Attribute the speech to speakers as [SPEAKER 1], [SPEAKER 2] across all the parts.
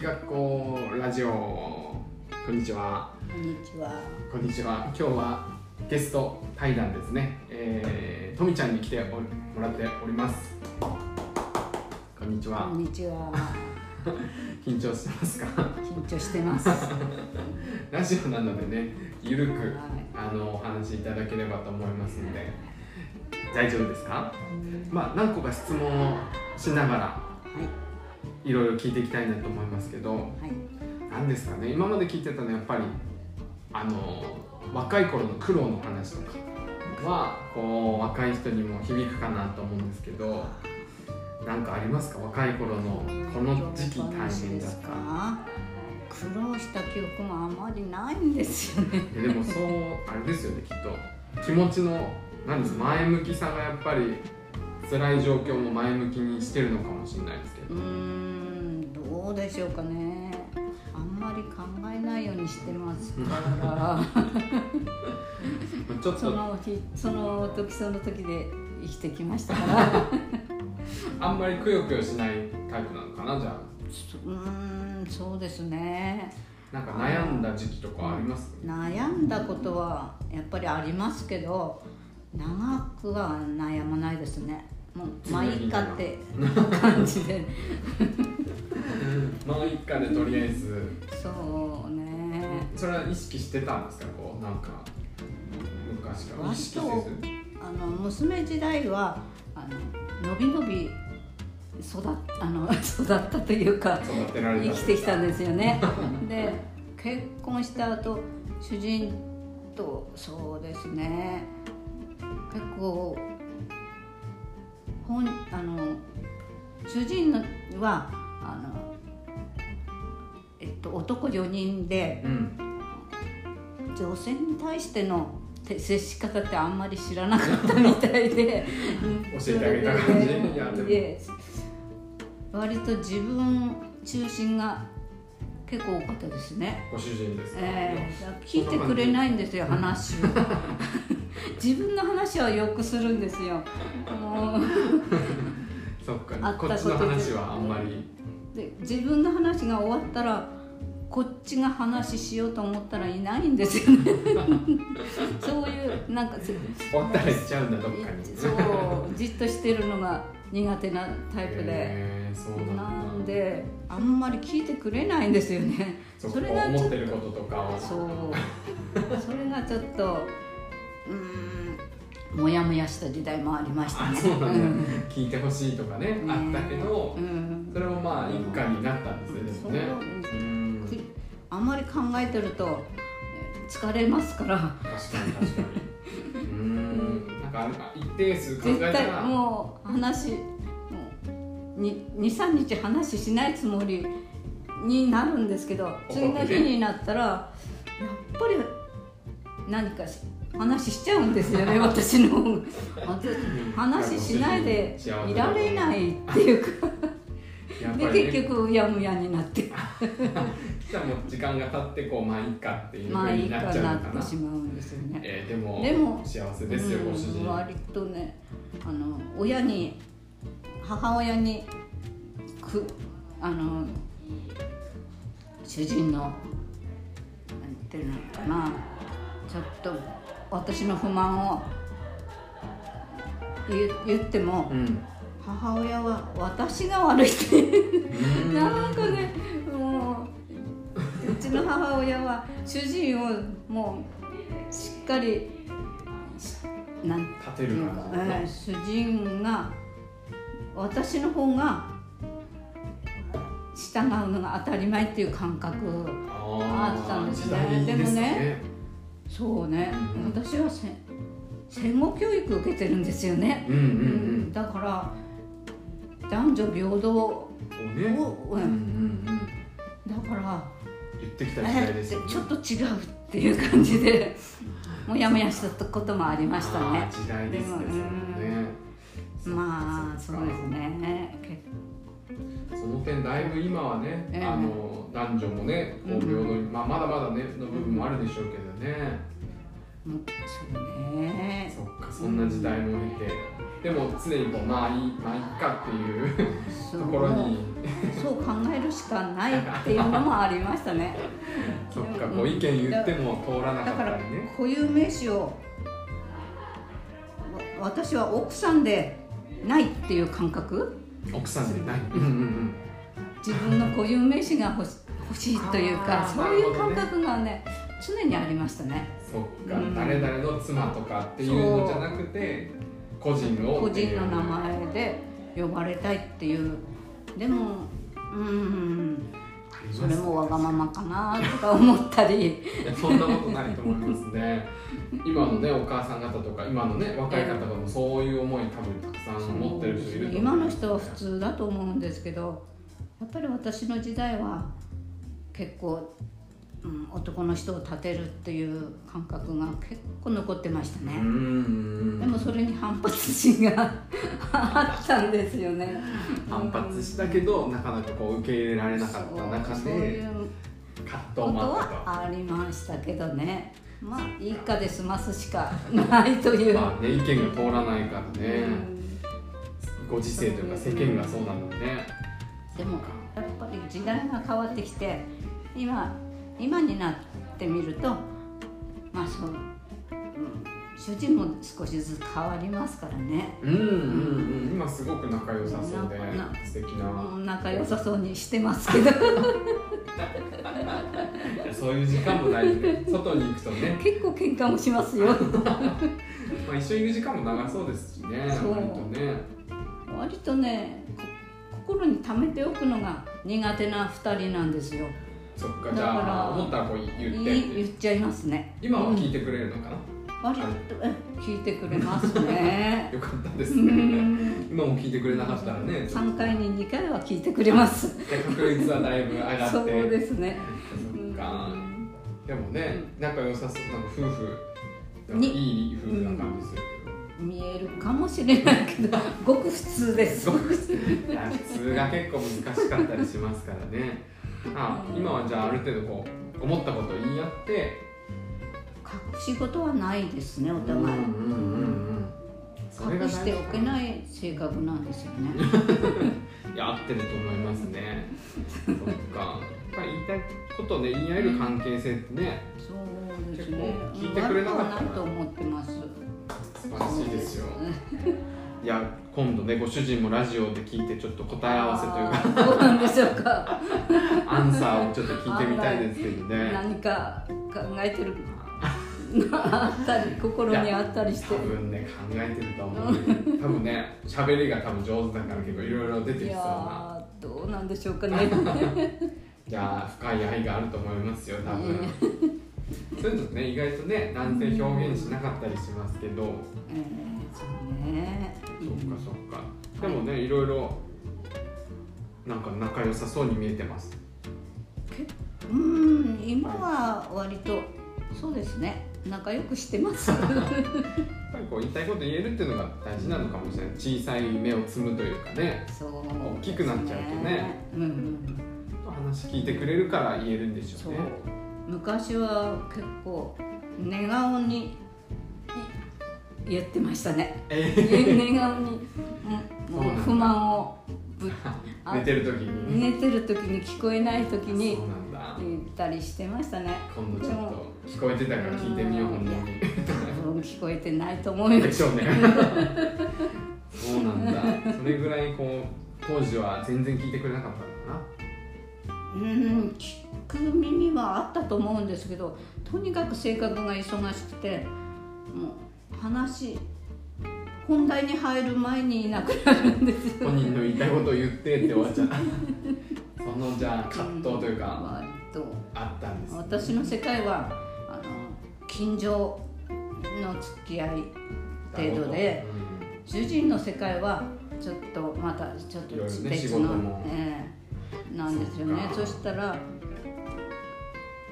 [SPEAKER 1] 学校ラジオこんにちは
[SPEAKER 2] こんにちは。
[SPEAKER 1] こんにちは今日はゲスト対談ですねえーとみ、ちゃんに来ておもらっておりますこんにちは
[SPEAKER 2] こんにちは。
[SPEAKER 1] 緊張してますか
[SPEAKER 2] 緊張してます。は
[SPEAKER 1] ラジオなのでねゆる
[SPEAKER 2] い
[SPEAKER 1] くあのお話しいただければと思いますので大丈夫ですかまあ何個か質問をしながらいろいろ聞いていきたいなと思いますけど
[SPEAKER 2] はい。
[SPEAKER 1] 何ですかね今まで聞いてたのはやっぱりあの若い頃の苦労の話とかはこう若い人にも響くかなと思うんですけど何かありますか若い頃のこの時期大変だった
[SPEAKER 2] か。苦労した記憶もあまりないんですよね。
[SPEAKER 1] えでもそうあれですよねきっと気持ちのなんです前向きさがやっぱり辛い状況も前向きにしてるのかもしれないですけ
[SPEAKER 2] う
[SPEAKER 1] ど
[SPEAKER 2] ーん、どうでしょうかね。あんまり考えないようにしてます から、
[SPEAKER 1] まあちょっ
[SPEAKER 2] そ
[SPEAKER 1] と
[SPEAKER 2] の日その時その時で生きてきましたから。
[SPEAKER 1] あんまりくよくよしないタイプなのかなじゃ
[SPEAKER 2] そううーん、そうですね。
[SPEAKER 1] あなんか悩んだ時期とかあります
[SPEAKER 2] 悩んだことはやっぱりありますけど長くは悩まないですねもうまあいいかって感じで
[SPEAKER 1] まあ一家でとりあえず
[SPEAKER 2] そうね
[SPEAKER 1] それは意識してたんですかこうなんか昔から意識せず
[SPEAKER 2] あの娘時代はあの伸び伸び育っあの 育ったというか
[SPEAKER 1] 育てられ
[SPEAKER 2] 生
[SPEAKER 1] た
[SPEAKER 2] きてきたんですよねで結婚した後主人とそうですね結構本あの主人のはあの、えっと、男4人で
[SPEAKER 1] うん
[SPEAKER 2] 女性に対してのて接し方ってあんまり知らなかったみたいで
[SPEAKER 1] 教えてあげた感じ
[SPEAKER 2] それで
[SPEAKER 1] いやでも
[SPEAKER 2] いえ割と自分中心が結構多かったですね
[SPEAKER 1] ご主人ですか、
[SPEAKER 2] ええ聞いてくれないんですよ話を 自分の話はよくするんですよもう
[SPEAKER 1] そっか
[SPEAKER 2] あった
[SPEAKER 1] こっちの
[SPEAKER 2] ことで
[SPEAKER 1] 話はあんまり
[SPEAKER 2] で自分の話が終わったらこっちが話しようと思ったらいないんですよ ねそういうなんか
[SPEAKER 1] 終わったら行っちゃうんだどっかに
[SPEAKER 2] そうじっとしてるのが苦手なタイプで、
[SPEAKER 1] へーそうなんだ
[SPEAKER 2] なんであんまり聞いてくれないんですよね
[SPEAKER 1] そ
[SPEAKER 2] それ
[SPEAKER 1] れ
[SPEAKER 2] がちょ
[SPEAKER 1] 思っ
[SPEAKER 2] っと
[SPEAKER 1] てることとかを
[SPEAKER 2] そうそれがちょっとうーんもやもやした時代もありました
[SPEAKER 1] あ
[SPEAKER 2] ね
[SPEAKER 1] そうなんだ聞いてほしいとかね
[SPEAKER 2] うん
[SPEAKER 1] あったけど
[SPEAKER 2] うんうん
[SPEAKER 1] それもまあ一家になったんです
[SPEAKER 2] そ
[SPEAKER 1] よ
[SPEAKER 2] う
[SPEAKER 1] ねうん
[SPEAKER 2] くあんまり考えてるとえ疲れますから
[SPEAKER 1] 確かに確かにうんなんかあるか一定数考え
[SPEAKER 2] 絶
[SPEAKER 1] た
[SPEAKER 2] 対
[SPEAKER 1] ら
[SPEAKER 2] もう話もう23日話しないつもりになるんですけど次の日になったらやっぱり何かし話しちゃうんですよ ね私の方が私話しないでいられないっていうか
[SPEAKER 1] やっぱり
[SPEAKER 2] で
[SPEAKER 1] ね
[SPEAKER 2] 結局うやむやになっ
[SPEAKER 1] じ
[SPEAKER 2] て
[SPEAKER 1] ゃあもう時間が経ってこうまあいいかっていう
[SPEAKER 2] ま
[SPEAKER 1] ふ
[SPEAKER 2] あ
[SPEAKER 1] う
[SPEAKER 2] い
[SPEAKER 1] に
[SPEAKER 2] いか
[SPEAKER 1] なっちゃ
[SPEAKER 2] な
[SPEAKER 1] うのか
[SPEAKER 2] って
[SPEAKER 1] な
[SPEAKER 2] しまうんですよね。
[SPEAKER 1] えーでも
[SPEAKER 2] でも
[SPEAKER 1] 幸せですよ
[SPEAKER 2] うん
[SPEAKER 1] ご主人
[SPEAKER 2] 割とねあの親に母親にくあの主人のなんていうのかなちょっと私の不満を言言っても
[SPEAKER 1] うん
[SPEAKER 2] 母親は私が悪いって
[SPEAKER 1] うん
[SPEAKER 2] なんかねもううちの母親は主人をもうしっかりしなん
[SPEAKER 1] 立てる感じ
[SPEAKER 2] えー主人が私の方が従うのが当たり前っていう感覚
[SPEAKER 1] あ
[SPEAKER 2] あったん
[SPEAKER 1] ー
[SPEAKER 2] です
[SPEAKER 1] 時
[SPEAKER 2] ね
[SPEAKER 1] 代ですね
[SPEAKER 2] でもねそうね
[SPEAKER 1] うん
[SPEAKER 2] 私はせ戦後教育受けてるんですよね、
[SPEAKER 1] うん
[SPEAKER 2] うだから男女平等を、
[SPEAKER 1] うんうんおね
[SPEAKER 2] う
[SPEAKER 1] うんうんん
[SPEAKER 2] だから
[SPEAKER 1] うん言ってきた時代
[SPEAKER 2] え
[SPEAKER 1] ですよね
[SPEAKER 2] ちょっと違うっていう感じでもやもやしたこともありましたね
[SPEAKER 1] あー時代ですね
[SPEAKER 2] で
[SPEAKER 1] それ
[SPEAKER 2] も
[SPEAKER 1] もね
[SPEAKER 2] まあそうですね結
[SPEAKER 1] その点だいぶ今はね、
[SPEAKER 2] ええ
[SPEAKER 1] あの男女もねこう平等に、まあ、まだまだねの部分もあるでしょうけどね、
[SPEAKER 2] もうそうね
[SPEAKER 1] そっかそんな時代も経てでも常にこうまあいいまあいっかっていう
[SPEAKER 2] そ
[SPEAKER 1] と
[SPEAKER 2] う
[SPEAKER 1] ころに
[SPEAKER 2] そう考えるしかないっていうのもありました ね
[SPEAKER 1] そっかこう意見言っても通らな
[SPEAKER 2] だ
[SPEAKER 1] か
[SPEAKER 2] か
[SPEAKER 1] った
[SPEAKER 2] ら
[SPEAKER 1] りね
[SPEAKER 2] 固有名詞をわ私は奥さんでないっていう感覚
[SPEAKER 1] 奥さんでない、うんうんうん、
[SPEAKER 2] 自分の固有名詞が欲し欲しいというか
[SPEAKER 1] あー
[SPEAKER 2] そういう
[SPEAKER 1] なるほど
[SPEAKER 2] 感
[SPEAKER 1] ね
[SPEAKER 2] 覚がね常にありましたね
[SPEAKER 1] そっか、
[SPEAKER 2] うん
[SPEAKER 1] 誰々の妻とかっていうのじゃなくて個人を
[SPEAKER 2] 個
[SPEAKER 1] ってい
[SPEAKER 2] 人
[SPEAKER 1] う
[SPEAKER 2] の名前で呼ばれたいっていうでもうん
[SPEAKER 1] あります
[SPEAKER 2] それもわがままかなとか思った
[SPEAKER 1] い
[SPEAKER 2] り
[SPEAKER 1] やそんなことないと思いますね今のねお母さん方とか今のね若い方とかもそういう思い多分たくさん持ってる人いると思う
[SPEAKER 2] 今の人は普通だと思うんですけどやっぱり私の時代は結構、うん、男の人を立てるっていう感覚が結構残ってました
[SPEAKER 1] うー
[SPEAKER 2] ね、
[SPEAKER 1] ん
[SPEAKER 2] でもそれに反発心が あったんですよね
[SPEAKER 1] 反発したけどなかなかこう受け入れられなかった中
[SPEAKER 2] そうそうい
[SPEAKER 1] で
[SPEAKER 2] う
[SPEAKER 1] 葛藤
[SPEAKER 2] こと
[SPEAKER 1] もあったと。
[SPEAKER 2] はありましたけどねまあいいかで済ますしかないという、
[SPEAKER 1] まあね、意見が通らないからね、
[SPEAKER 2] うん
[SPEAKER 1] ご時世というか世間がそうなんだね、
[SPEAKER 2] でもやっぱり時代が変わってきて今今になってみるとまあそう、うん、主人も少しずつ変わりますからね
[SPEAKER 1] うんうんうん今すごく仲良さそうで
[SPEAKER 2] なな
[SPEAKER 1] 素敵
[SPEAKER 2] も
[SPEAKER 1] な
[SPEAKER 2] う仲良さそうにしてますけど
[SPEAKER 1] そういう時間も大事で外に行くとね、
[SPEAKER 2] 結構喧嘩もしますよ
[SPEAKER 1] まあ、一緒にいる時間も長そうですしね
[SPEAKER 2] そう
[SPEAKER 1] 割とね
[SPEAKER 2] 割とねこ心に溜めておくのが苦手な2人なんですよ
[SPEAKER 1] そっか
[SPEAKER 2] だから
[SPEAKER 1] じゃあ思ったらこう言って
[SPEAKER 2] い言っちゃいますね
[SPEAKER 1] 今は聞いてくれるのかな、
[SPEAKER 2] 割とえ聞いてくれます ね
[SPEAKER 1] よかったで
[SPEAKER 2] う
[SPEAKER 1] すね、
[SPEAKER 2] ん
[SPEAKER 1] 今も聞いてくれなかったらねちょっ
[SPEAKER 2] 3回に2回は聞いてくれます
[SPEAKER 1] と確率はだいぶ上がって
[SPEAKER 2] そうですね
[SPEAKER 1] そっか
[SPEAKER 2] うん
[SPEAKER 1] でもね仲良さそうなんか夫婦なんか
[SPEAKER 2] に
[SPEAKER 1] いい夫婦な感じする
[SPEAKER 2] 見えるかもしれないけどごく普通です
[SPEAKER 1] ごくけど、いや普通が結構難しかったりしますからねあ今はじゃあある程度こう思ったことを言い合って
[SPEAKER 2] 隠し事はないですねお
[SPEAKER 1] うんうん
[SPEAKER 2] 互い
[SPEAKER 1] うんうんそれが大
[SPEAKER 2] 隠
[SPEAKER 1] 事
[SPEAKER 2] しておけない性格なんですよね
[SPEAKER 1] いや合ってると思いますねそっかやっぱり言いたいことで言い合える関係性ってね
[SPEAKER 2] そうです
[SPEAKER 1] 結構
[SPEAKER 2] ね
[SPEAKER 1] 聞いてくれなかったな
[SPEAKER 2] 悪くはないと思ってます
[SPEAKER 1] 素晴らしいですよいや今度ねご主人もラジオで聞いてちょっと答え合わせというか
[SPEAKER 2] かどうなんでしょう か
[SPEAKER 1] アンサーをちょっと聞いてみたいですけどね
[SPEAKER 2] 何か考えてるあったり心にあったりして
[SPEAKER 1] 多分ね考えてると思う多分ね喋りが多分上手だから結構いろいろ出てき
[SPEAKER 2] い
[SPEAKER 1] そう
[SPEAKER 2] や
[SPEAKER 1] な
[SPEAKER 2] ーどうなんでしょう かね
[SPEAKER 1] いやー深い愛があると思いますよ多分そういうのね意外とね男性表現しなかったりしますけど
[SPEAKER 2] えーそうね
[SPEAKER 1] そっかそっか。でもね、いろいろ。なんか仲良さそうに見えてます。
[SPEAKER 2] うん今は割とそうですね仲良くしてま す
[SPEAKER 1] やっぱりこう言いたいこと言えるっていうのが大事なのかもしれない。小さい目を摘むというかね。
[SPEAKER 2] そう
[SPEAKER 1] 大きくなっちゃうとね
[SPEAKER 2] うんうん
[SPEAKER 1] 話聞いてくれるから言えるんでしょ
[SPEAKER 2] そうう
[SPEAKER 1] ね。
[SPEAKER 2] 昔は結構寝顔にい言ってました ね
[SPEAKER 1] え
[SPEAKER 2] 寝顔にうん
[SPEAKER 1] そう
[SPEAKER 2] もう
[SPEAKER 1] なんだ
[SPEAKER 2] 不満をぶ
[SPEAKER 1] ー寝てる時に。
[SPEAKER 2] 寝てる時に聞こえない時に
[SPEAKER 1] そうなんだ。
[SPEAKER 2] 言ったりしてましたね
[SPEAKER 1] 今度ちょっと聞こえてたから聞いてみよう、
[SPEAKER 2] うん
[SPEAKER 1] 本当に。
[SPEAKER 2] 多分聞こえてないと思い ま
[SPEAKER 1] ですしょうね。そうなんだ。それぐらいこう、当時は全然聞いてくれなかったんだな。
[SPEAKER 2] うん聞く耳はあったと思うんですけどとにかく性格が忙しくてもう話本題に入る前にいなくなるんですよ
[SPEAKER 1] 本人の言いたいことを言ってって終わっちゃ うそのじゃあ葛藤というか、
[SPEAKER 2] 割と
[SPEAKER 1] あったんですね
[SPEAKER 2] 私の世界はあの近所の付き合い程度で、主人の世界はちょっとまたちょっと
[SPEAKER 1] いろいろね仕
[SPEAKER 2] 別
[SPEAKER 1] 事
[SPEAKER 2] の、
[SPEAKER 1] も
[SPEAKER 2] ええなんですよね
[SPEAKER 1] そっ
[SPEAKER 2] そ
[SPEAKER 1] か
[SPEAKER 2] したら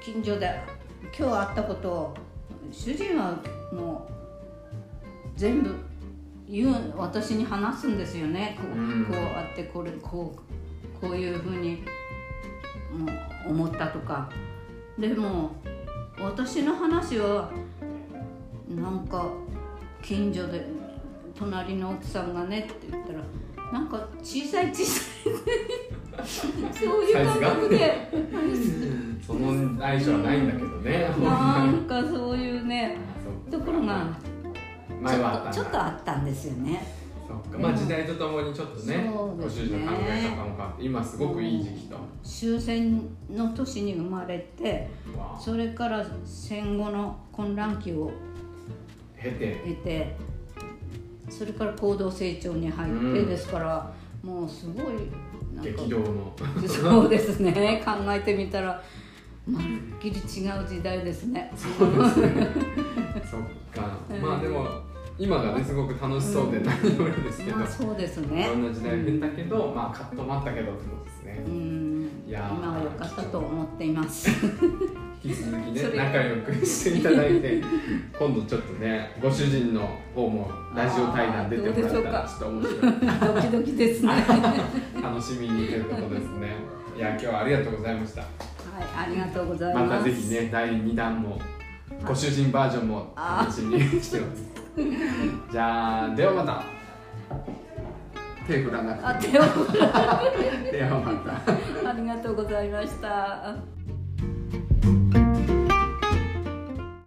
[SPEAKER 2] 近所で今日会ったことを主人はもう全部言う私に話すんですよねこう,、
[SPEAKER 1] うん
[SPEAKER 2] こうあってこれこうこういうふうにもう思ったとかでも私の話はなんか近所で隣の奥さんがねって言ったらなんか小さい小さいってそういう感覚で
[SPEAKER 1] その相性はないんだけどね
[SPEAKER 2] なんかそういうねところがち
[SPEAKER 1] 前はあ
[SPEAKER 2] ょ
[SPEAKER 1] った
[SPEAKER 2] っとちょっとあったんですよね
[SPEAKER 1] そっかまあ時代とともにちょっとね
[SPEAKER 2] そう
[SPEAKER 1] ご
[SPEAKER 2] ですね
[SPEAKER 1] 主人の考え方も変わって今すごくいい時期と
[SPEAKER 2] 終戦の年に生まれて
[SPEAKER 1] わあ
[SPEAKER 2] それから戦後の混乱期を
[SPEAKER 1] 経て
[SPEAKER 2] 得てそれから行動成長に入って、
[SPEAKER 1] うん
[SPEAKER 2] ですからもうすごいなん
[SPEAKER 1] 激
[SPEAKER 2] か
[SPEAKER 1] 動 の
[SPEAKER 2] そうですね考えてみたらまるっきり違う時代ですね
[SPEAKER 1] そうですねそっか
[SPEAKER 2] うん
[SPEAKER 1] まあでも今がねすごく楽しそうで
[SPEAKER 2] うん
[SPEAKER 1] 何よりですけど
[SPEAKER 2] まあそうですね
[SPEAKER 1] いろんな時代変だけどまあカットもあったけどってことですね
[SPEAKER 2] うん
[SPEAKER 1] いやー
[SPEAKER 2] 今は良かったと思っています
[SPEAKER 1] 引き続き
[SPEAKER 2] そ
[SPEAKER 1] ね
[SPEAKER 2] れ
[SPEAKER 1] 仲良くしていただい て今度ちょっとねご主人の方もラジオ対談出てもらったら
[SPEAKER 2] あー
[SPEAKER 1] ちょっと面白い
[SPEAKER 2] ドキドキ ですねはい
[SPEAKER 1] 楽しみにということです ねいや今日はありがとうございました
[SPEAKER 2] ありがとうございま
[SPEAKER 1] ますたぜひね第2弾もご主人バージョンも楽しみにしてますじゃあではまた手振らな
[SPEAKER 2] あ
[SPEAKER 1] くて
[SPEAKER 2] 手を
[SPEAKER 1] もではまた
[SPEAKER 2] ありがとうございました。